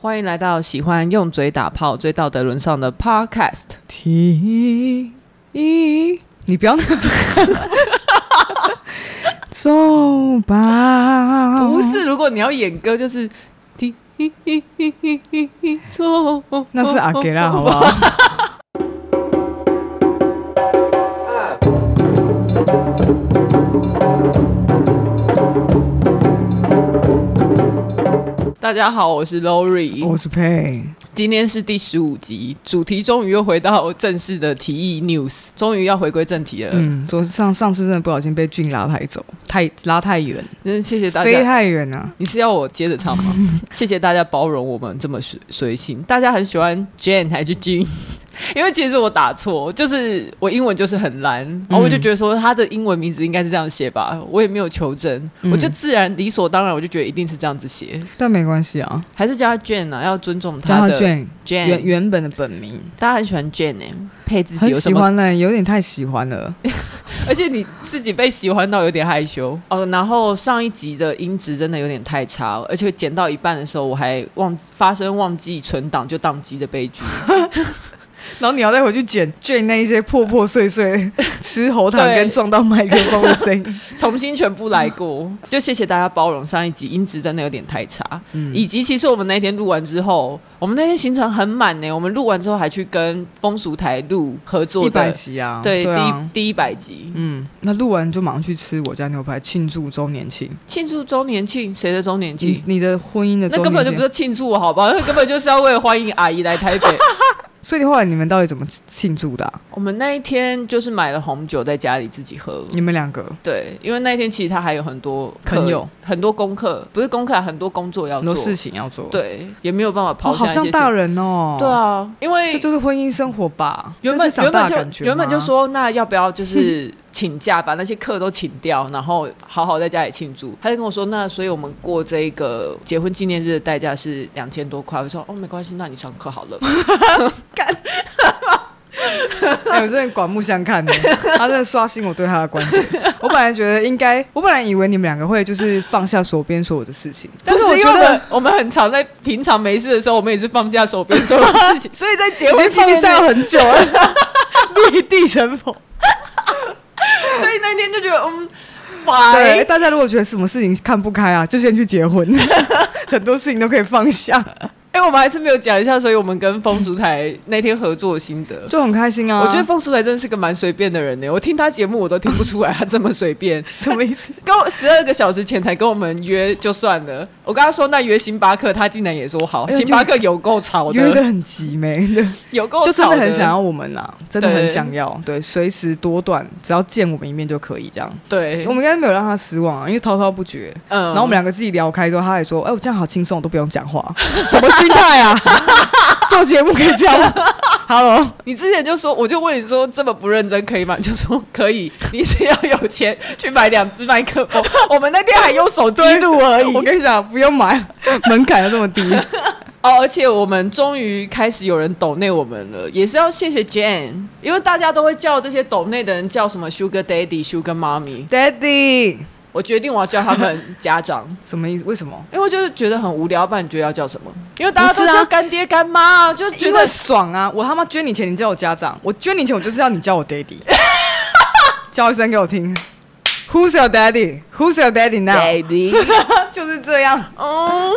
欢迎来到喜欢用嘴打炮、追道德沦丧的 Podcast。停！你不要那 个 走吧，不，是，如果你要演歌，就是滴滴滴滴滴滴滴错。那是阿给啦，好不好？大家好，我是 Lori，我是佩，今天是第十五集，主题终于又回到正式的提议 News，终于要回归正题了。嗯，嗯，昨上上次真的不小心被俊拉太走，太拉太远，真的谢谢大飞家。太远啊了。你是要我接着唱 吗？谢谢大家包容我们这么随随性，大家很喜欢 Jane 还是 Jean？因 为其实我打错，就是我英文就是很烂，然后嗯我就觉得说他的英文名字应该是这样写吧，我也没有求证，嗯我就自然理所当然，我就觉得一定是这样子写，但没关系啊，还是叫他 Jane 啊，要尊重叫他他的 Jane，原 Jane。原本的本名，大家很喜欢 Jane 哎、配自己很有什喜么？欢呢，有点太喜欢了。而且你自己被喜欢到有点害羞哦。然后上一集的音质真的有点太差，而且剪到一半的时候，我还忘发生忘记存档就宕机的悲 剧。然后你要再回去剪 Jane 那一些破破 碎碎、吃喉糖对跟撞到麦克风的 声音，重新全部来过， 就谢谢大家包容上一集音质真的有点太差，嗯以及其实我们那天录完之后，我们那天行程很满呢、我们录完之后还去跟风俗台录合作一百的，集啊，对，啊第。第一百集嗯，那录完就马上去吃我家牛排庆祝周年庆，庆祝周年庆，谁的周年你庆？你的婚姻的嗯那周根年庆，本就不是庆祝，好不好？那根本就是要为了欢迎阿姨来台北。所以后来你们到底怎么庆祝的啊、我们那一天就是买了红酒在家里自己喝，你们两个对，因为那一天其实他还有很多课朋友，很多功课，不是功课啊，很多工作要很做多，事情要做，对，也没有办法哦，抛好下一些像事情大人哦，对，啊，因这为就是婚姻生活吧，原这本是长原大本的感觉就原本就吗，说，那要不要就是请假，把那些课都请掉，然后好好在家里庆祝？他就跟我说，那所以我们过这个结婚纪念日的代价是两千多块。我说哦，没关系，那你上课好了。 哎，我真的刮目相 看呢，他真的刷新我对他的观点。我本来觉得应该，我本来以为你们两个会就是放下手边所有的事情，但但是我因为觉我得们我们很常在平常没事的时候，我们也是放下手边做的事情， 所以在结已婚经纪念放日下很久了， 立地成佛。所以那天就觉得嗯，对，拜。大家如果觉得什么事情看不开啊，就先去结 婚，很多事情都可以放下，哎、我们还是没有讲一下，所以我们跟风俗台那天合作的心得。就很开心啊。我觉得风叔来真的是个蛮随便的人呢、我听他节目我都听不出来他这么随 便。 什么意思？跟我十二个小时前才跟我们约就算了，我跟他说那约星巴克，他竟然也说好。哎呦星巴克有够吵约的，的很急没的，有够就真吵的很想要我们啊，真的对很想要，对，随时多短，只要见我们一面就可以这样。对我，们应该没有让他失望啊，因为滔滔不绝。嗯然后我们两个自己聊开之后，他还说：“哎，我这样好轻松，我都不用讲 话，什么心态啊？做节目可以这样吗？”Hello，你之前就说，我就问你说这么不认真可以吗？你 就说可以，你只要有钱去买两只麦克风。 我们那天还用手机录而已。我跟你讲，不用买，门槛要这么低。哦，而且我们终于开始有人抖内我们了，也是要谢谢 Jane，因为大家都会叫这些抖内的人叫什么 Sugar Daddy、Sugar Mommy， Daddy，我决定我要叫他们家长，什么意思？为什么？ 因为我就是觉得很无聊，不然你觉得要叫什么？因为大家不都是啊叫干爹干妈，啊，就是觉因为得爽啊！我他妈捐你钱，你叫我家长；我捐你钱，我就是要你叫我 daddy，叫一声给我听。Who's your daddy? Who's your daddy 啊 now？ Daddy， 就是这样，嗯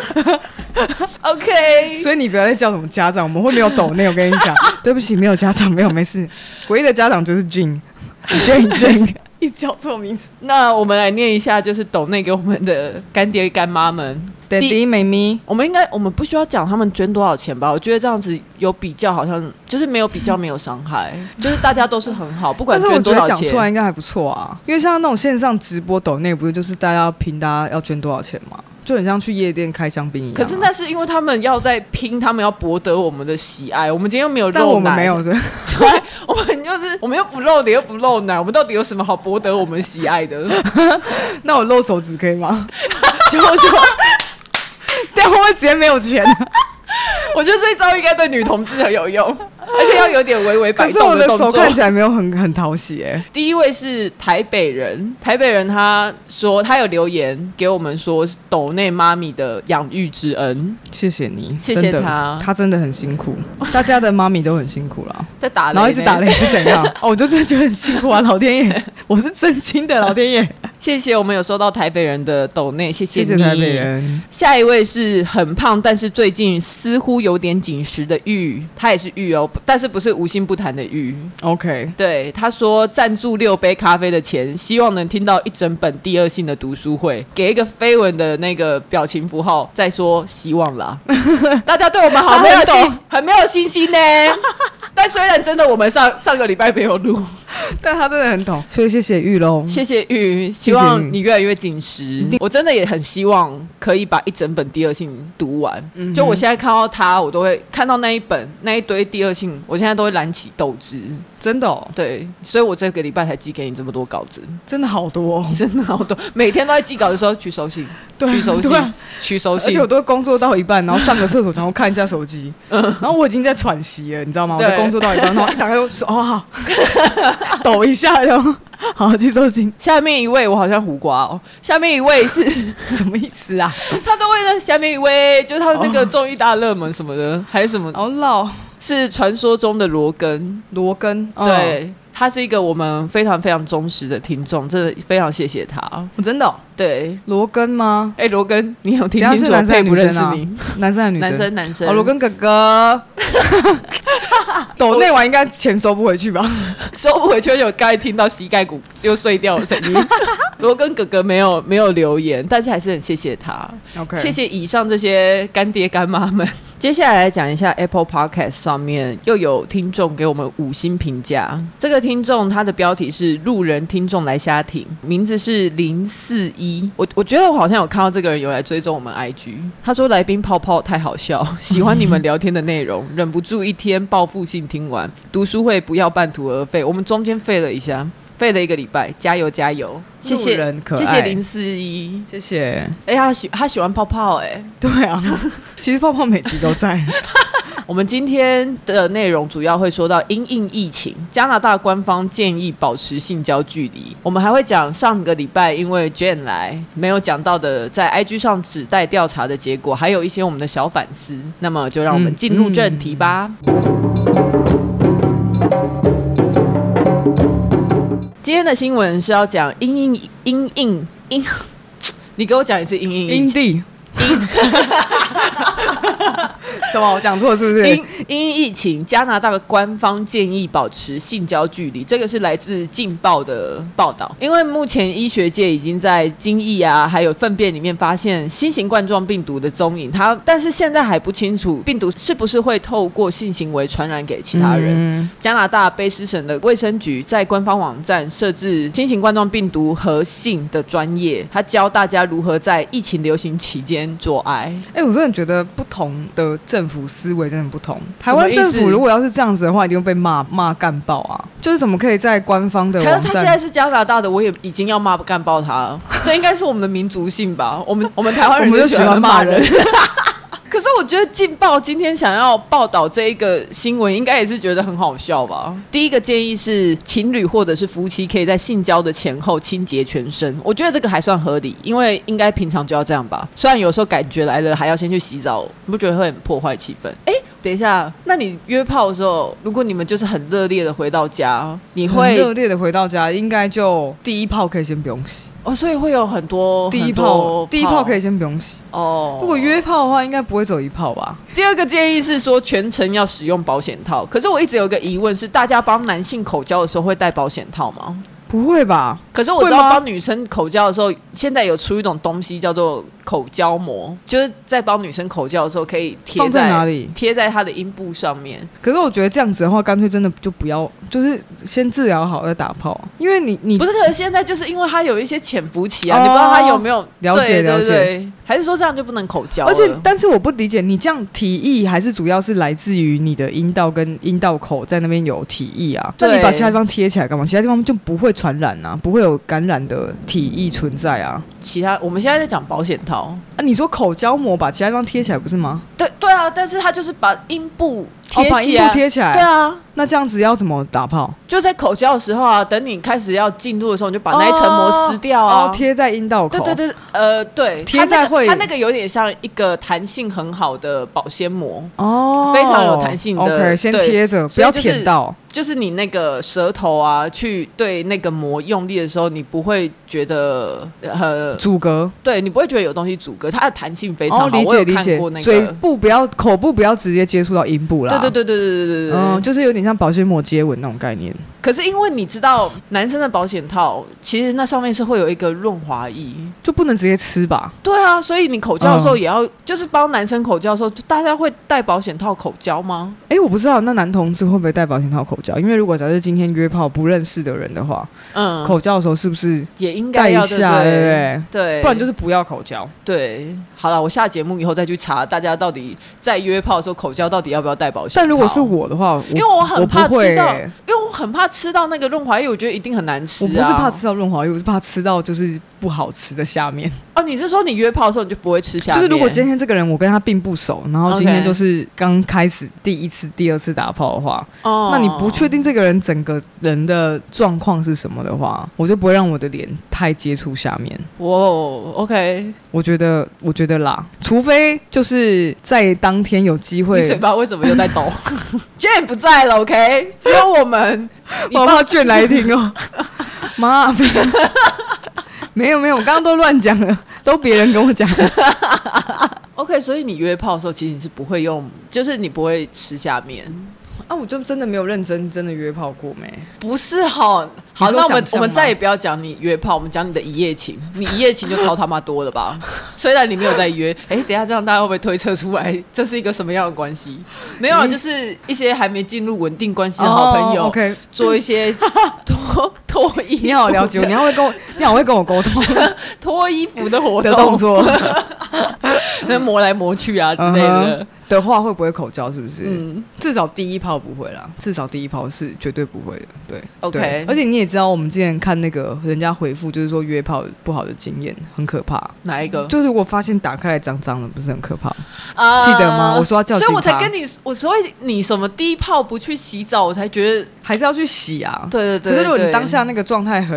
，OK，所以你不要再叫什么家长，我们会没有抖内。我跟你 讲，对不起，没有家长，没有没事，唯一的家长就是 Jane Jane Jane，一 叫错名字那我们来念一下，就是抖内给我们的干爹干妈们。第，Daddy 妹咪，我们应该，我们不需要讲他们捐多少钱吧？我觉得这样子有比较，好像就是没有比较，没有伤害，就是大家都是很好，不管但是我捐觉多得少讲出来钱。应该还不错啊，因为像那种线上直播抖内，不是就是大家拼大家要捐多少钱嘛，就很像去夜店开香槟一样啊。可是那是因为他们要在拼，他们要博得我们的喜爱。我们今天又没有但我露们奶，没有，对。 对，我们就是我们又不露脸又不露奶，我们到底有什么好博得我们喜爱的？ 那我露手指 啊可以吗？就就，但会不会直接没有钱？我觉得这一招应该对女同志很有用，而且要有点微微摆可是动我的动手作。看起来没有很很讨喜哎、第一位是台北人，台北人他说他有留言给我们说抖内妈咪的养育之恩，谢谢你，谢谢真的他他真的很辛 苦，大家的妈咪都很辛苦啦。在打雷呢，然后一直打雷是 怎样？哦，我就真的觉得很辛苦啊，老天爷，我是真心的，老天爷，谢谢我们有收到台北人的抖内，谢谢你。谢台北人，下一位是很胖，但是最近似乎有点紧实的玉，他也是玉哦，但是不是无心不谈的玉。 OK，对，他说赞助六杯咖啡的钱，希望能听到一整本第二性的读书会，给一个飞吻的那个表情符号，再说希望啦。大家对我们好没有他很懂信，很没有信心呢。但虽然真的我们上上个礼拜没有录，但他真的很懂，所以谢谢玉龙，谢谢玉，希谢望你你越来越紧实。我真的也很希望可以把一整本第二性读完。嗯哼就我现在看到它，我都会看到那一本那一堆第二性，我现在都会燃起斗志。真的、哦，对，所以我这个礼拜才寄给你这么多稿子，真的好多、哦， 真的好多，每天都在寄稿的时候去收信，对啊去收信对啊，去收而信且我。都工作到一半，然后上个厕所，然后看一下 手机，然后我已经在喘息了，你知道吗？嗯我对在工作到一半，然后一打开就说哦好， 抖一下，然后好去收金，下面一位我好像胡瓜哦，下面一位是 什么意思啊？他都会在下面一位，就是他哦那个综艺大热门什么的，还是什么，后老是传说中的罗根，罗根，嗯，对，他是一个我们非常非常忠实的听众，真的非常谢谢他。我真的哦对，罗根吗？哎、罗根，你有听等一下清是楚？男我生还配是不女认识生啊你，？男生还是女男生，男生，哦，罗根 哥哥，抖内完应该钱收不回去吧？ 收不回去，而且我刚才听到膝盖骨又碎掉的声音。罗根哥哥没有没有留言，但是还是很谢谢他 OK，谢。谢以上这些干爹干妈们。 接下来来讲一下 Apple Podcast 上面又有听众给我们五星评价。这个听众他的标题是“路人听众来瞎听”，名字是零四一。我我觉得我好像有看到这个人有来追踪我们 IG，他说来宾泡泡太好笑， 喜欢你们聊天的内容，忍不住一天报复性听完。读书会不要半途而废，我们中间废了一下。废了一个礼拜，加油加油！谢谢路人可，爱谢谢零四一。谢谢。哎、他喜他喜欢泡泡哎、对啊，其实泡泡每集都在。 我们今天的内容主要会说到因应疫情，加拿大官方建议保持性交距离。我们还会讲上个礼拜因为 Jane 来没有讲到的，在 IG 上指代调查的结果，还有一些我们的小反思。那么就让我们进入正题吧。今天的新闻是要讲因应因应因， 你给我讲一次因应疫阴情 地，怎么我讲错是不因是？因疫情，加拿大的官方建议保持性交距离，这个是来自《劲报》的报道。因为目前医学界已经在精液啊，还有粪便里面发现新型冠状病毒的踪影，它但是现在还不清楚病毒是不是会透过性行为传染给其他人。嗯加拿大卑诗省的卫生局在官方网站设置新型冠状病毒和性的专业，它教大家如何在疫情流行期间做爱。哎、我真的觉得不同的政府思维真的不同。台么湾意政思府如果要是这样子的话，一定会被骂骂干爆啊！就是怎么可以在官方的可网是他现在站？是加拿大的，我也已经要骂干爆他了。这应该是我们的民族性吧？我们我们台湾 我人们就喜喜欢骂骂人。 可是我觉得《劲爆》今天想要报道这一个新闻，应该也是觉得很好笑吧？第一个建议是，情侣或者是夫妻可以在性交的前后清洁全身，我觉得这个还算合理，因为应该平常就要这样吧。虽然有时候感觉来了还要先去洗澡，你不觉得会很破坏气氛？哎、等一下，那你约炮的时候，如果你们就是很热烈的回到家，你很会热烈的回到家，应该就第一泡可以先不用洗，哦，所以会有哦很多第一泡第一泡可以以先不用洗。哦。如果约炮的话，应该不会走一泡吧？第二个建议是说全程要使用保险套，可是我一直有一个疑问是，大家帮男性口交的时候会戴保险套吗？不会吧？可是我知道会吗帮女生口交的时候，现在有出一种东西叫做口交膜，就是在帮女生口交的时候可以贴放在哪里贴在她的阴部上面。可是我觉得这样子的话，干脆真的就不要，就是先治疗好再打炮，因为你你不是，可是现在就是因为它有一些潜伏期啊，哦你不知道它有没有了对解了解对对，还是说这样就不能口交了？而且，但是我不理解你这样提议，还是主要是来自于你的阴道跟阴道口在那边有提议啊？那对你把其他地方贴起来干嘛？其他地方就不会传染啊，不会有感染的体液存在啊。其他我们现在在讲保险套，啊，你说口胶膜把其他地方贴起来不是吗？对对啊，但是他就是把阴部贴哦，把起阴来，部贴起来。对啊，那这样子要怎么打泡？就在口交的时候啊，等你开始要进入的时候，你就把那一层膜撕掉啊。哦，贴在阴道口。对对对，呃，对，贴它那在个会它那个有点像一个弹性很好的保鲜膜，哦，非常有弹性的 OK，先对贴着，不所以要就是舔到。就是你那个舌头啊，去对那个膜用力的时候，你不会觉得呃，阻隔对你不会觉得有东西阻隔，它的弹性非常好。哦，理我有解理看解过那，个，嘴部不要口部不要直接接触到阴部啦。对对对对对对对对。嗯，就是有点像保鲜膜接吻那种概念。可是因为你知道，男生的保险套其实那上面是会有一个润滑液。就不能直接吃吧？对啊，所以你口交的时候也要，就是帮男生口交的时候，就大家会戴保险套口交吗？哎、我不知道那男同志会不会戴保险套口交，因为如果假设今天约炮不认识的人的话，嗯，口交的时候是不是？也应该要戴一下对不对对，不然就是不要口交。对。好了，我下节目以后再去查，大家到底在约炮的时候口交到底要不要戴保险套？但如果是，我的话，我因为我很怕不会吃到欸因为我很怕吃到那个润滑液，我觉得一定很难吃、我啊。不是怕吃到润滑液，我是怕吃到就是不好吃的下面。哦，你是说你约炮的时候你就不会吃下面？就是如果今天这个人我跟他并不熟，然后今天 OK 就是刚开始第一次、第二次打炮的话，哦那你不确定这个人整个人的状况是什么的话，我就不会让我的脸太接触下面。哇，OK，哦我觉得，我觉得啦，除非就是在当天有机会你，嘴巴为什么又在抖 ？Jane 不在了，OK，只 有我们。你我怕卷来听 哦。妈，没有，没有，没有，我刚刚都乱讲了，都别人跟我讲的。 OK，所以你约炮的时候，其实你是不会用，就是你不会吃下面， 啊，我就真的没有认真真的约炮过没？不是哈？好，你说那我们我想象吗们再也不要讲你约炮，我们讲你的一夜情。你一夜情就超他妈多了 吧？虽然你没有在约，哎、等一下这样大家会不会推测出来这是一个什么样的关系？没有啊，嗯就是一些还没进入稳定关哦系的好朋友 o k 做一 些脱脱衣服的，你好了解我，你要会跟我，你好会跟我沟通脱衣服的活的动动，作 那磨来磨去嗯啊之类的。的话，会不会口交？是不是？嗯，至少第一炮不会啦，至少第一炮是绝对不会的。对 OK 对而且你也知道，我们之前看那个人家回复，就是说约炮不好的经验很可怕。哪一个？就是我发现打开来脏脏的，不是很可怕吗？啊记得吗我说要叫所以我警才察跟你，我所以你什么第一泡不去洗澡，我才觉得，还是要去洗啊。对对对。可是如果你对当下，那个状态很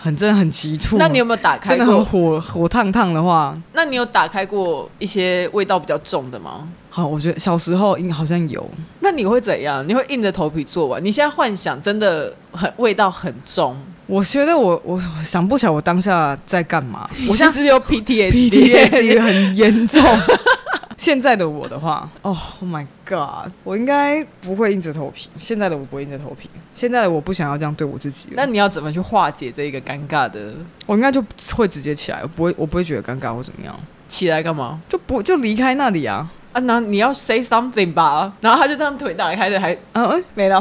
很真的很急促，那你有没有打开真的很过？火火烫烫的话，那你有打开过一些味道比较重的吗？好，我觉得小时候应好像有，那你会怎样？你会硬着头皮做完？你现在幻想真的很味道很重，我觉得我我我想不起来我当下在干嘛，我我是现不在是有 PTSD？ PTSD 很严重。 现在的我的话，哦、oh、，My God，我应该不会硬着头皮。现在的我不会硬着头皮，现在的我不想要这样对我自己了。 那你要怎么去化解这一个尴尬的？我应该就会直接起来，我不会，我不会觉得尴尬或怎么样，起来干嘛？就不就离开那里啊。啊，那你要 say something 吧，然后他就这样腿打开的，还嗯、哎没了。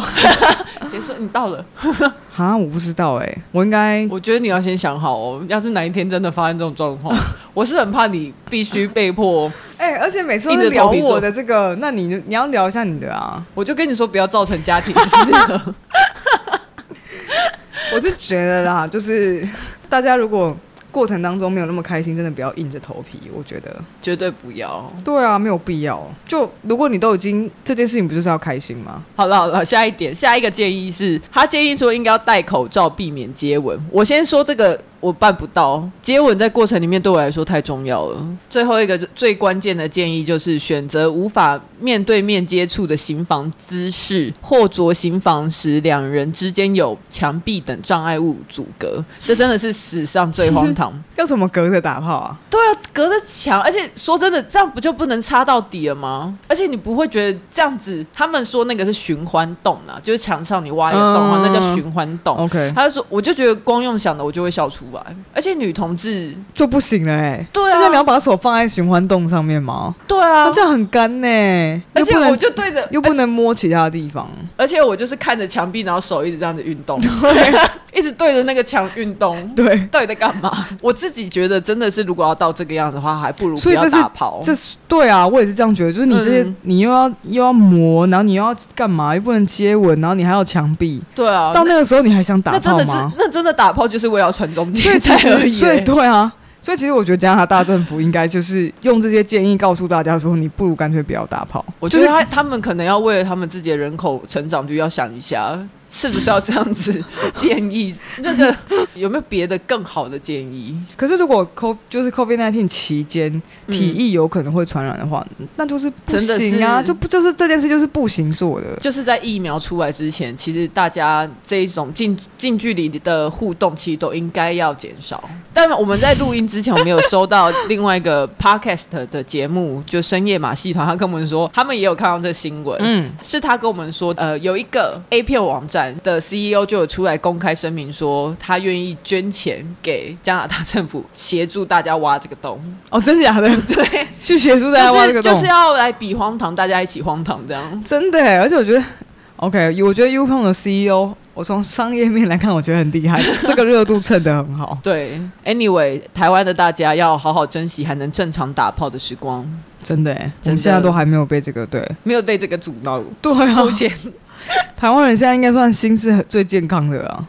直接说你嗯到了。啊，我不知道哎、我应 该我觉得你要先想好哦，要是哪一天真的发生这种状 况，我是很怕你必须被迫。哎、而且每次都硬是着头聊皮做我的这个，那你就你要聊一下你的啊。 我就跟你说，不要造成家庭撕扯。我是觉得啦，就是大家如果过程当中没有那么开心，真的不要硬着头皮。我觉得， 绝对不要。对啊，没有必要。就如果你都已经这件事情，不就是要开心吗？好了好了，下一点，下一个建议是，他建议说应该要戴口罩，避免接吻。我先说这个我办不到，接吻在过程里面对我来说太重要了。最后一个就最关键的建议就是选择无法面对面接触的行房姿势，或着行房时两人之间有墙壁等障碍物阻隔，这真的是史上最荒唐。要怎么隔着打炮啊？对啊，隔着墙，而且说真的，这样不就不能插到底了吗？而且你不会觉得这样子，他们说那个是循环洞啊，就是墙上你挖一个洞啊，嗯那叫循环洞。 OK 他就说，我就觉得光用想的我就会笑出来，而且女同志，就不行了哎、对而且你要啊，把手放在循环洞上面吗？对啊那，这样很干呢、而且又不能我就对着，又不能摸其他地方。而且，而且我就是看着墙壁，然后手一直这样子运 动， 一直对着那个墙运动。对，到底在干嘛？我自己觉得真的是，如果要到这个样子的话，还不如不所以要这是打炮。这是对啊，我也是这样觉得。就是你这些，哦嗯你又要又要磨，然后你又要干嘛？又不能接吻，然后你还要墙壁。对啊，到那个时候你还想打那真炮的是吗？ 那真的打炮就是为了要传中所间以其才而实，已所以欸。对啊，所以其实我觉得加拿大政府应该就是用这些建议告诉大家说，你不如干脆不要打炮。我觉得他他们可能要为了他们自己的人口成长率要想一下，是不是要这样 子建议？那个有没有别的更好的建议？可是如果 CO 就是 COVID nineteen 期间嗯体液有可能会传染的话，那就是不行真的啊，是就不就是这件事就是不行做的。就是在疫苗出来之前，其实大家这一种近近距离的互动，其实都应该要减少。但我们在录音之前，我们有收到另外一个 podcast 的节目，就深夜马戏团，他跟我们说，他们也有看到这新闻。嗯，是他跟我们说，呃，有一个 A 片网站的 CEO 就有出来公开声明说，他愿意捐钱给加拿大政府协助大家挖这个洞， 哦，真假的， 对，去协助大家挖就这个是洞，就是要来比荒唐，大家一起荒唐这样。真的欸。而且我觉得，OK，我觉得 U p o n 的 CEO，我从商业面来看，我觉得很 厉害，这个热度蹭得很好。对，anyway，台湾的大家要好好珍惜还能正常打炮的时光，真的哎，我真们的现在都还没有被这个对没有被这个阻 挠。对啊，目前台湾人现在应该算心智很最健康的啊。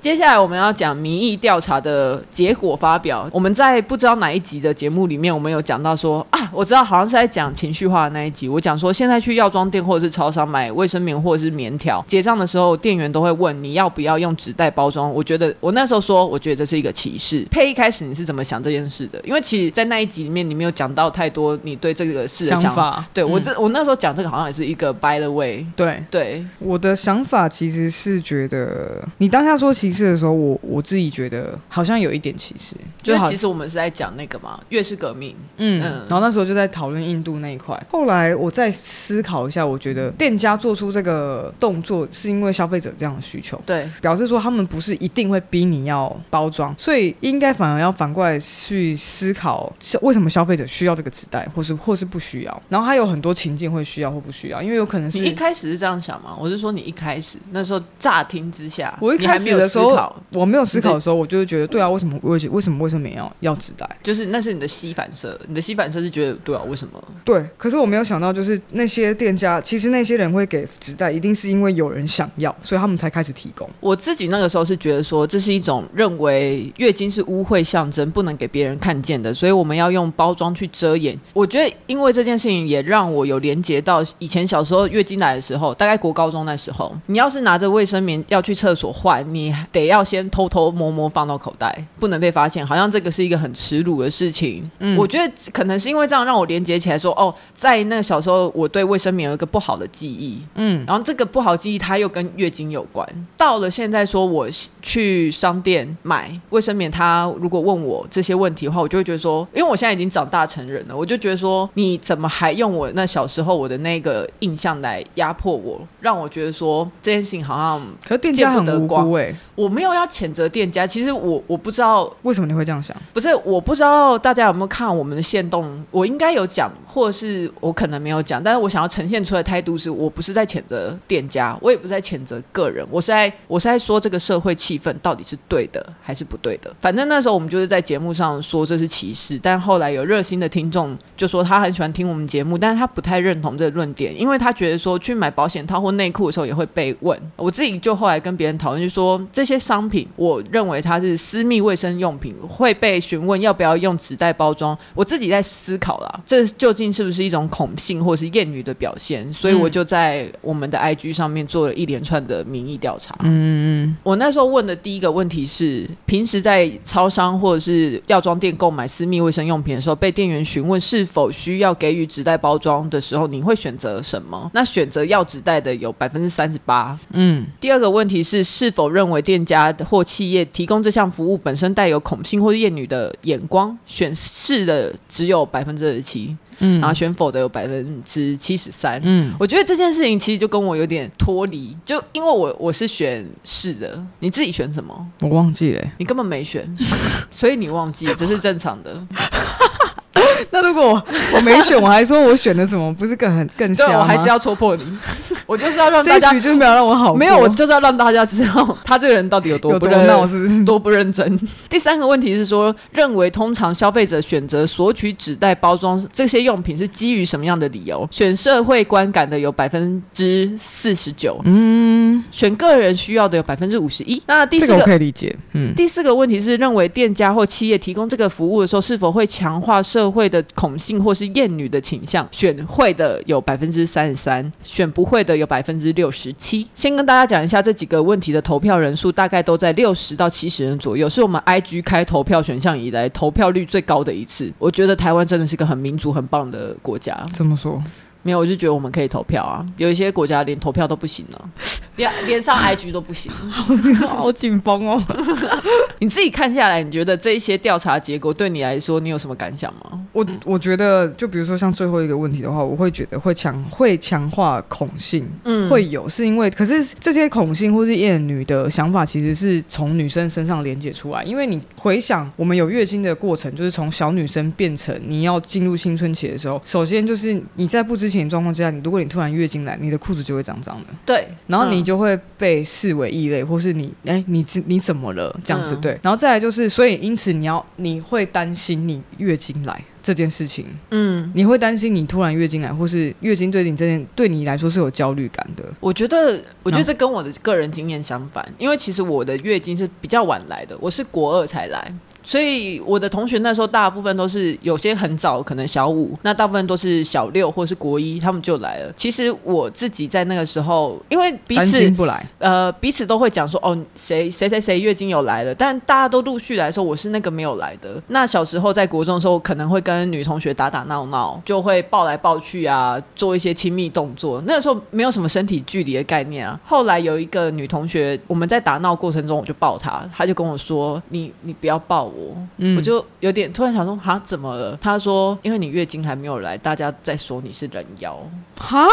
接下来我们要讲民意调查的结果发表。我们在不知道哪一集的节目里面，我们有讲到说啊，我知道好像是在讲情绪化的那一集。我讲说，现在去药妆店或者是超商买卫生棉或者是棉条，结账的时候，店员都会问你要不要用纸袋包装。我觉得我那时候说，我觉得这是一个歧视。佩一开始你是怎么想这件事的？因为其实，在那一集里面，你没有讲到太多你对这个事的想想法对我嗯这、我那时候讲这个好像也是一个 by the way。对，对，我的想法其实是觉得，你当下说歧视的时候，我我自己觉得好像有一点歧视，就就好其实我们是在讲那个嘛，越是革命，嗯，嗯然后那时候就在讨论印度那一块。后来我再思考一下，我觉得店家做出这个动作是因为消费者这样的需求。对，表示说他们不是一定会逼你要包装，所以应该反而要反过来去思考，是为什么消费者需要这个纸袋，或是或是不需要。然后还有很多情境会需要或不需要，因为有可能你一是开始是这样想吗？我是说你一开始那时候乍听之下，啊我一你还开没始有的时候思考，我没有思考的时候，我就会觉得对啊，为什么为什为什么为什么要要纸袋？就是那是你的吸反射，你的吸反射是觉得对啊，为什么？对，可是我没有想到，就是那些店家，其实那些人会给纸袋，一定是因为有人想要，所以他们才开始提供。我自己那个时候是觉得说，这是一种认为月经是污秽象征，不能给别人看见的，所以我们要用包装去遮掩。我觉得，因为这件事情也让我有连接到以前小时候月经来的时候，大概国高中那时候，你要是拿着卫生棉要去厕所换，你得要先偷偷摸摸放到口袋，不能被发现，好像这个是一个很耻辱的事情。嗯我觉得可能是因为这样让我连接起来说，哦，在那个小时候，我对卫生棉有一个不好的记忆，嗯，然后这个不好记忆，它又跟月经有关。到了现在，说我去商店买卫生棉，他如果问我这些问题的话，我就会觉得说，因为我现在已经长大成人了，我就觉得说，你怎么还用我那小时候我的那个印象来压迫我，让我觉得说这件事情好像可是店家很无辜哎、我没有要谴责店家，其实我我不知道为什么你会这样想？不是，我不知道大家有没有看我们的线动，我应该有讲，或者是我可能没有讲，但是我想要呈现出来的态度是，我不是在谴责店家，我也不是在谴责个人，我是在我是在说这个社会气氛到底是对的还是不对的。反正那时候我们就是在节目上说这是歧视，但后来有热心的听众就说他很喜欢听我们节目，但是他不太认同这个论点，因为他觉得说去买保险套或内裤的时候也会被问。我自己就后来跟别人讨论，就说这些商品，我认为它是私密卫生用品，会被询问要不要用纸袋包装。我自己在思考啦，这究竟是不是一种恐性或是厌女的表现？所以我就在我们的 IG 上面做了一连串的民意调查。嗯，我那时候问的第一个问题是：平时在超商或者是药妆店购买私密卫生用品的时候，被店员询问是否需要给予纸袋包装的时候，你会选择什么？那选择要纸袋的有百分之三十八。嗯，第二个问题是，是否认为店家或企业提供这项服务本身带有恐性或厌女的眼光？选是的只有百分之二十七，嗯然后选否的有百分之七十三。嗯，我觉得这件事情其实就跟我有点脱离，就因为我我是选是的，你自己选什么？我忘记了欸、你根本没 选，所以你忘记，这是正常的。 那如果我我没选，我还说我选的什么，不是更很更对瞎，吗我还是要戳破你， 我就是要让这大一家局就没有让我好过，哦没有，我就是要让大家知道他这个人到底有多有不多认闹是不是？多不认真。第三个问题是说，认为通常消费者选择索取纸袋包装这些用品是基于什么样的理由？选社会观感的有百分之四十九，嗯，选个人需要的有百分之五十一。那第这四个个我可以理解，嗯，第四个问题是，认为店家或企业提供这个服务的时候，是否会强化社会的恐性或是厌女的倾向？选会的有百分之三十三，选不会的有百分之六十七。先跟大家讲一下这几个问题的投票人数，大概都在六十到七十人左右，是我们 IG 开投票选项以来投票率最高的一次。我觉得台湾真的是个很民主、很棒的国家。这么 说，没有，我就觉得我们可以投票啊，有一些国家连投票都不行了，连连上 IG 都不行。好紧绷哦。你自己看下来，你觉得这一些调查结果对你来说，你有什么感想吗？ 我我觉得，就比如说像最后一个问题的话，我会觉得会强会强化恐性，嗯会有是因为，可是这些恐性或是厌女的想法，其实是从女生身上连接出来。因为你回想我们有月经的过程，就是从小女生变成你要进入青春期的时候，首先就是你在不知情的状况之下，你如果你突然月经来，你的裤子就会长长的，对，然后你嗯就会被视为异类，或是你哎、你自你怎么了这样子、嗯对。然后再来就是，所以因此你要你会担心你月经来这件事情，嗯，你会担心你突然月经来，或是月经对你这件对你来说是有焦虑感的。我觉得，我觉得这跟我的个人经验相反，因为其实我的月经是比较晚来的，我是国二才来。所以我的同学那时候大部分都是有些很早，可能小五，那大部分都是小六或是国一，他们就来了。其实我自己在那个时候，因为彼担此心不来，呃，彼此都会讲说，哦，谁谁谁谁月经有来了，但大家都陆续来的时候，我是那个没有来的。那小时候在国中的时候，可能会跟女同学打打闹闹，就会抱来抱去啊，做一些亲密动作。那个时候没有什么身体距离的概念啊。后来有一个女同学，我们在打闹过程中，我就抱她，她就跟我说：“你你不要抱我。嗯我就有点突然想说，哈，怎么了？她说：“因为你月经还没有来，大家在说你是人妖，哈，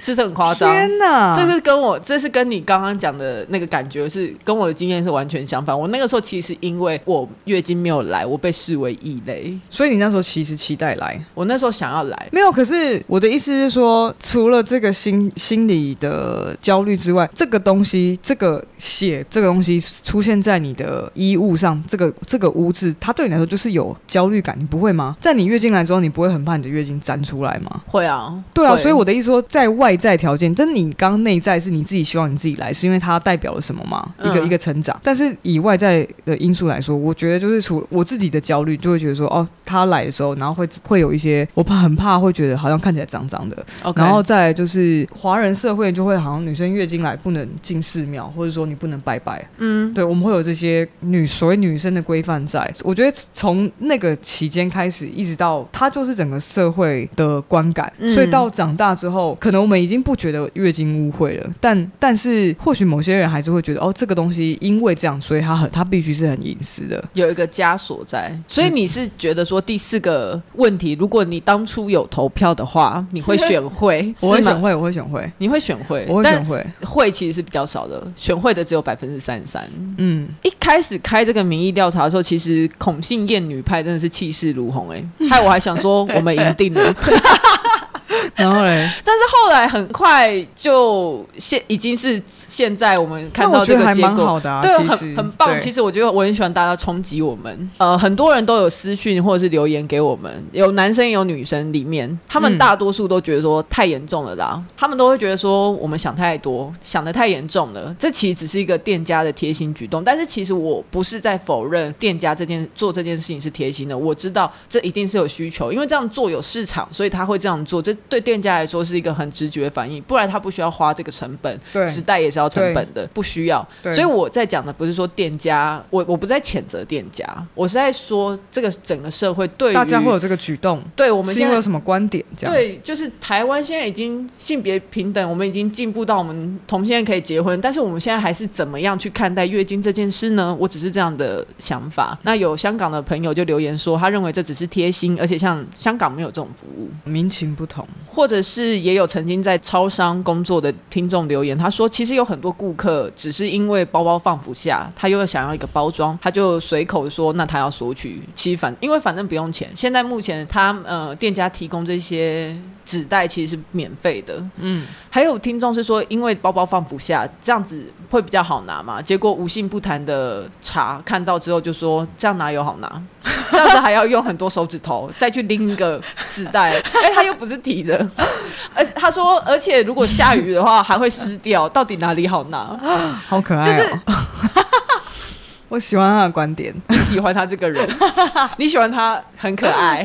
是不是很夸张？”天哪，这是跟我，这是跟你刚刚讲的那个感觉是跟我的经验是完全相反。我那个时候其实因为我月经没有来，我被视为异类。所以你那时候其实期待来，我那时候想要来，没有。可是我的意思是说，除了这个心心理的焦虑之外，这个东西，这个血，这个东西出现在你的衣物上，这个这个污渍，它对你来说就是有焦虑感，你不会吗？在你月经来之后，你不会很怕你的月经沾出来吗？会啊，对啊，会所以我的意思说，在外在条件，真你刚刚内在是你自己希望你自己来，是因为它代表了什么嘛？一嗯个、一个成长。但是以外在的因素来说，我觉得就是除我自己的焦虑，就会觉得说，哦，他来的时候，然后会会有一些我怕很怕，会觉得好像看起来脏脏的。 OK，然后再来就是华人社会就会好像女生月经来不能进寺庙，或者说你不能拜拜。嗯，对，我们会有这些女所谓女生的规范在。我觉得从那个期间开始，一直到它就是整个社会的观感，嗯所以到长大之后，可能我们已经不觉得月经污秽了，但但是或许某些人还是会觉得，哦，这个东西因为这样，所以它很它必须是很隐私的。有一个枷锁在，嗯所以你是觉得说第四个问题，如果你当初有投票的话，你会选 ，会我会是吗选，会，我会选会，你会选会，我会选但会。会其实是比较少的，选会的只有百分之三十三。嗯， 一开始开这个民意调查的时候，其实孔姓厌女派真的是气势如虹哎、 害我还想说我们赢定了，然后 嘞，但是后来很快就现已经是现在我们看那到我觉这得个还结蛮果。好的、啊，对，其很实很棒。对其实我觉得我很喜欢大家冲击我们，呃，很多人都有私讯或者是留言给我们，有男生也有女生，里面他嗯们大多数都觉得说太严重了啦，他们都会觉得说我们想太多，想的太严重了。这其实只是一个店家的贴心举动，但是其实我不是在否认店家这件做这件事情是贴心的，我知道这一定是有需求，因为这样做有市场，所以他会这样做，这对店家来说是一个很直觉的反应，不然他不需要花这个成本，对时代也是要成本的，不需要。对所以我在讲的不是说店家，我我不在谴责店家，我是在说这个整个社会对于大家会有这个举动，对我们是因现为有在。什么观点这样？对，就是台湾现在已经性别平等，我们已经进步到我们同性恋可以结婚，但是我们现在还是怎么样去看待月经这件事呢？我只是这样的想法。那有香港的朋友就留言说，他认为这只是贴心，而且像香港没有这种服务。民情不同。或者是也有曾经在超商工作的听众留言，他说其实有很多顾客只是因为包包放不下，他又想要一个包装，他就随口说那他要索取，其实反因为反正不用钱。现在目前他呃店家提供这些。纸袋其实是免费的。嗯，还有听众是说，因为包包放不下，这样子会比较好拿嘛？结果无信不谈的茶看到之后就说，这样哪有好拿？这样子还要用很多手指头再去拎一个纸袋，哎、他又不是提的，而且他说，而且如果下雨的话还会湿掉，到底哪里好拿？好可爱、哦，就是 我喜欢他的观点，你喜欢他这个人，你喜欢他很可 爱，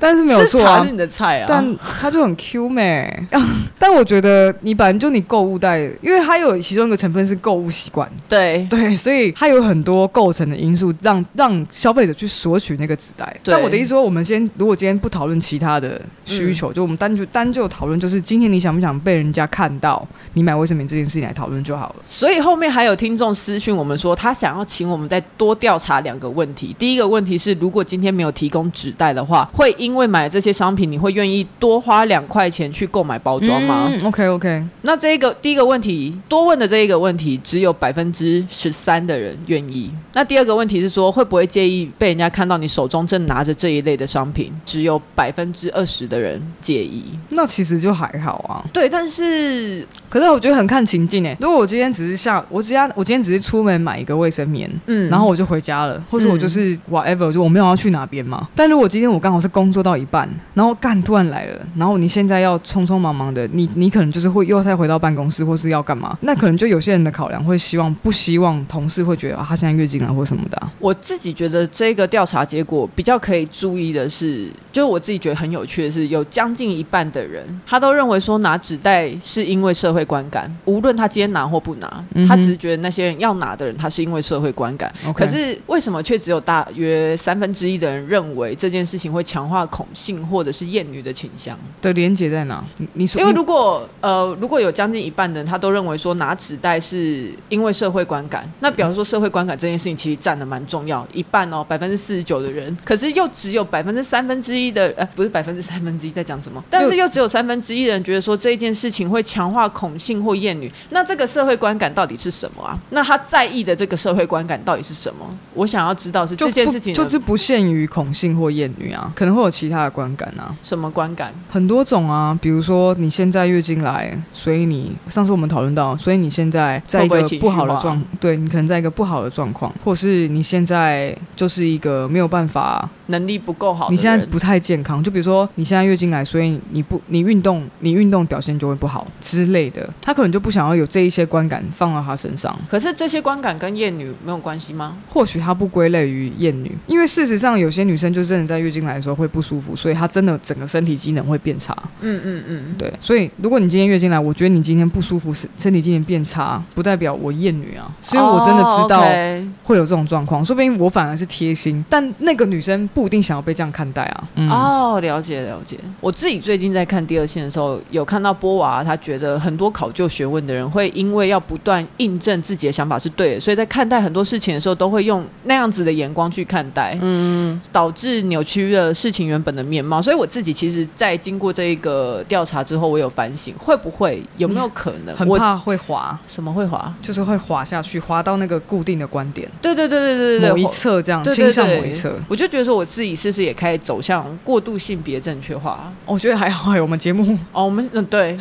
但是没有吃错、茶啊是。你的菜啊，但他就很 Q 妹、 但我觉得你本来就你购物袋，因为它有其中一个成分是购物习惯，对对，所以它有很多构成的因素让让消费者去索取那个纸袋。对但我的意思说，我们先如果今天不讨论其他的需嗯求，就我们单就单就讨论，就是今天你想不想被人家看到你买卫生棉这件事情来讨论就好了。所以后面还有听众私讯我们说，他想要请我们再多调查两个问题。第一个问题是，如果今天没有提供纸袋的话，会因为买了这些商品，你会愿意多花两块钱去购买包装吗？嗯、？OK OK，那这个第一个问题，多问的这一个问题，只有百分之十三的人愿意。那第二个问题是说，会不会介意被人家看到你手中正拿着这一类的商品？只有百分之二十的人介意。那其实就还好啊。对，但是可是我觉得很看情境诶、欸如果我今天只是像我今天我今天只是出门买一个卫生棉，嗯然后我就回家了，或是我就是 whatever，就我没有要去哪边嘛。但如果今天我刚好是工作到一半，然后干突然来了，然后你现在要匆匆忙忙的，你你可能就是会又再回到办公室，或是要干嘛？那可能就有些人的考量会希望不希望同事会觉得啊，他现在月经了或什么的啊、我自己觉得这个调查结果比较可以注意的是，就是我自己觉得很有趣的是，有将近一半的人，他都认为说拿纸袋是因为社会观感，无论他今天拿或不拿，嗯哼他只是觉得那些人要拿的人，他是因为社会观感。 OK 可是为什么却只有大约三分之一的人认为这件事情会强化恐性或者是厌女的倾向？的连结在哪？你你说，因为如果呃，如果有将近一半的人他都认为说拿纸袋是因为社会观感，那表示说社会观感这件事情其实占的蛮重要，一半哦，百分之四十九的人，可是又只有百分之三分之一的，呃，不是百分之三分之一在讲什么，但是又只有三分之一的人觉得说这一件事情会强化恐性或厌女，那这个社会观感到底是什么啊？那他在意的这个社会观感到底是什么？我想要知道是就这件不事情的就是不限于恐性或厌女啊，可能会有其他的观感啊。什么观感？很多种啊，比如说你现在月经来，所以你上次我们讨论到，所以你现在在一会不个会情绪不好的化状，对你可能在一个不好的状况，或是你现在就是一个没有办法，能力不够好的人，你现在不太健康，就比如说你现在月经来，所以你不你运动，你运动表现就会不好之类的，他可能就不想要有这一些观感放到他身上。可是这些观感跟厌女没有关系吗？或许她不归类于厌女，因为事实上有些女生就真的在月经来的时候会不舒服，所以她真的整个身体机能会变差。嗯嗯嗯，对，所以如果你今天月经来，我觉得你今天不舒服，身身体机能变差，不代表我厌女啊。所以我真的知道哦，OK 会有这种状况，说不定我反而是贴心，但那个女生不一定想要被这样看待啊。嗯，哦，了解了解。我自己最近在看第二线的时候，有看到波娃，他觉得很多考究学问的人会因为要不断印证自己的想法是对的，所以在看待很多事情的时候，都会用那样子的眼光去看待，嗯，导致扭曲了事情原本的面貌。所以我自己其实，在经过这一个调查之后，我有反省，会不会有没有可能嗯很我怕会滑，什么会滑？就是会滑下去，滑到那个固定的观点对对对对对对对，某一我侧这样，对倾对向对某一侧。我就觉得说，我自己是不是也开始走向过度性别正确化？我觉得还好、欸我们节目 哦，我们嗯对，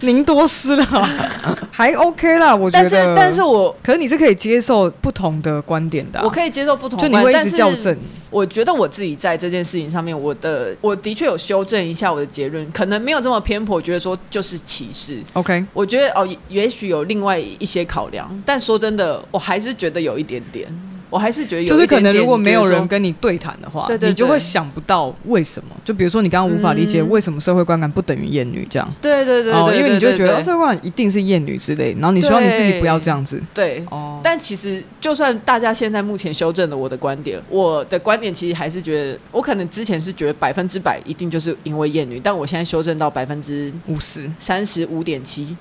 您多思了，还 OK 啦，我觉但得。是但是，我可是你是可以接受不同的观点的啊、我可以接受不同就的观你点，会一但直是校正。我觉得我自己在这件事情上面，我的我的确有修正一下我的结论，可能没有这么偏颇，觉得说就是歧视。 OK，我觉得哦，也也许有另外一些考量，但说真的，我还是觉得有一点点，我还是觉得有一就是可点能点如果没有觉得说人跟你对谈的话，对对你就对会想不到为什么。就比如说你刚刚无法理解嗯为什么社会观感不等于厌女这样，对对对对哦，因为你就会觉得、对哦、社会观感一定是厌女之类，然后你希望你自己不要这样子。对哦，但其实，就算大家现在目前修正了我的观点，我的观点其实还是觉得，我可能之前是觉得百分之百一定就是因为厌女，但我现在修正到百分之五十，三十五点七。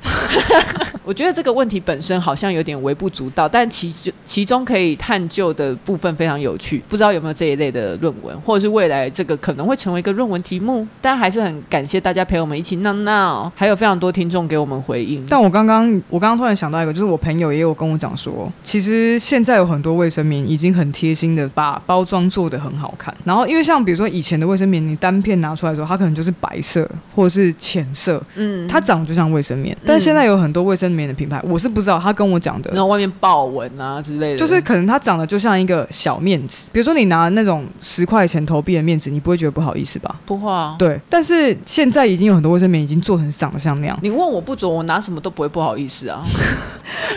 我觉得这个问题本身好像有点微不足道，但其其中可以探究究的部分非常有趣，不知道有没有这一类的论文，或者是未来这个可能会成为一个论文题目。但还是很感谢大家陪我们一起闹闹，还有非常多听众给我们回应。但我刚刚，我刚刚突然想到一个，就是我朋友也有跟我讲说，其实现在有很多卫生棉已经很贴心的把包装做得很好看。然后，因为像比如说以前的卫生棉，你单片拿出来的时候，它可能就是白色或者是浅色，嗯，它长得就像卫生棉。但现在有很多卫生棉的品牌，我是不知道，他跟我讲然的。后外面豹纹啊之类的，就是可能它长得就像一个小面纸，比如说你拿那种十块钱投币的面纸，你不会觉得不好意思吧？不啊画。对，但是现在已经有很多卫生棉已经做成长得像那样，你问我不准，我拿什么都不会不好意思 啊。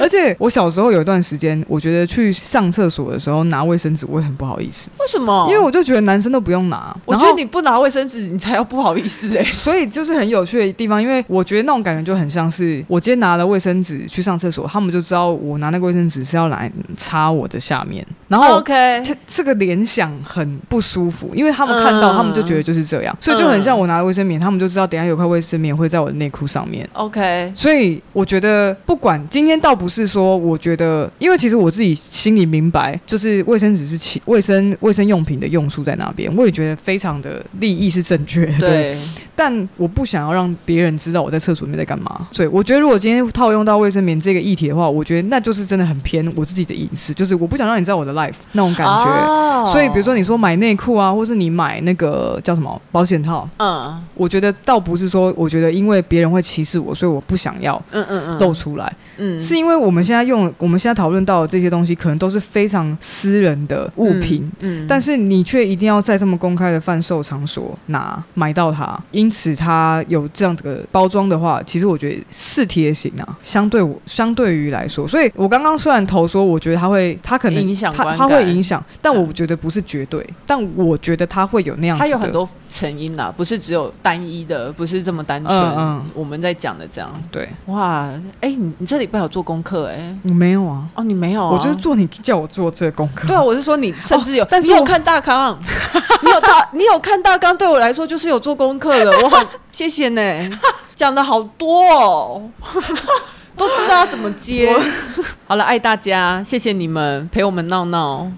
而且我小时候有一段时间，我觉得去上厕所的时候拿卫生纸，我也很不好意思，为什么？因为我就觉得男生都不用拿。我然觉后得你不拿卫生纸，你才要不好意 思哎、所以就是很有趣的地方，因为我觉得那种感觉就很像是我今天拿了卫生纸去上厕所，他们就知道我拿那个卫生纸是要来擦我的下面，然后哦 OK，这这个联想很不舒服，因为他们看到，嗯他们就觉得就是这样，所以就很像我拿卫生棉，他们就知道等一下有块卫生棉会在我的内裤上面。 OK，所以我觉得，不管今天倒不是说，我觉得，因为其实我自己心里明白，就是卫生纸是其卫生卫生用品的用处在那边，我也觉得非常的利益是正确的，对，但我不想要让别人知道我在厕所里面在干嘛，所以我觉得如果今天套用到卫生棉这个议题的话，我觉得那就是真的很偏我自己的隐私，就是我不想让你知道我的 life 那种感觉。哦所以，比如说，你说买内裤啊，或是你买那个叫什么保险套，嗯我觉得倒不是说，我觉得因为别人会歧视我，所以我不想要嗯嗯嗯，露出来，嗯是因为我们现在用我们现在讨论到的这些东西，可能都是非常私人的物品，，嗯，嗯但是你却一定要在这么公开的贩售场所拿买到它，因此它有这样子的包装的话，其实我觉得是贴心啊，相对我相对于来说，所以我刚刚虽然投说，我觉得它会，它可能影响它观它会感影响，但我觉得不是绝对，但我觉得它会有那样子它的，有很多成因啊啦，不是只有单一的，不是这么单纯。嗯嗯我们在讲的这样，对，哇，哎、你你这礼拜有做功课哎、我没有啊，哦，你没有、啊，我就是做你叫我做这个功课，哦对啊，我是说你甚至有，但是你有我看大 纲，你有大，你有看大纲，对我来说就是有做功课了，我很谢谢 呢，讲的好多哦，都知道要怎么接。 好了，爱大家，谢谢你们陪我们闹闹。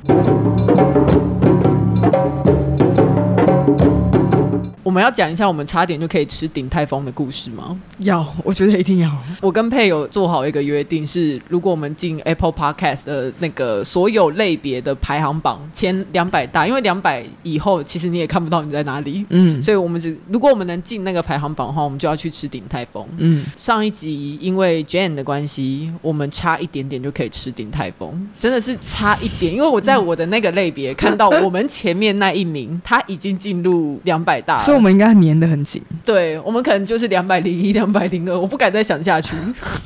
我们要讲一下我们差点就可以吃鼎泰丰的故事吗？要，我觉得一定要，我跟佩有做好一个约定，是如果我们进 Apple Podcast 的那个所有类别的排行榜前两百大，因为两百以后其实你也看不到你在哪里，嗯所以我们只如果我们能进那个排行榜的话，我们就要去吃鼎泰丰。嗯，上一集因为 Jane 的关系，我们差一点点就可以吃鼎泰丰，真的是差一点。因为我在我的那个类别看到我们前面那一名，他已经进入两百大了，所以我们应该粘得很紧，对我们可能就是两百零一、两百零二，我不敢再想下去。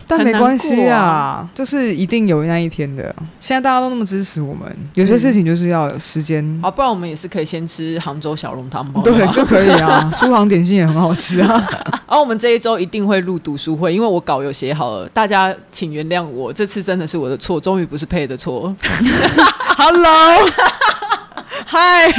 但很没难关系过啊，啊就是一定有那一天的。现在大家都那么支持我们，有些嗯事情就是要有时间。啊，不然我们也是可以先吃杭州小笼汤包。 对，然 就可以啊，苏杭点心也很好吃啊。后我们这一周一定会录读书会，因为我稿有写好了，大家请原谅我，这次真的是我的错，终于不是配的 错。 Hello，嗨，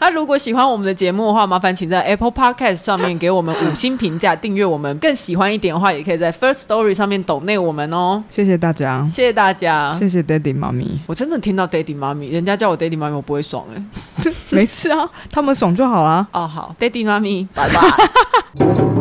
那如果喜欢我们的节目的话，麻烦请在 Apple Podcast 上面给我们五星评价、订阅我们。更喜欢一点的话，也可以在 First Story 上面抖内我们哦。谢谢大家，谢谢大家。谢谢 Daddy 妈咪。我真的听到 Daddy 妈咪，人家叫我 Daddy 妈咪，我不会爽哎、没事啊，他们爽就好啦、哦，好，Daddy 妈咪，拜拜。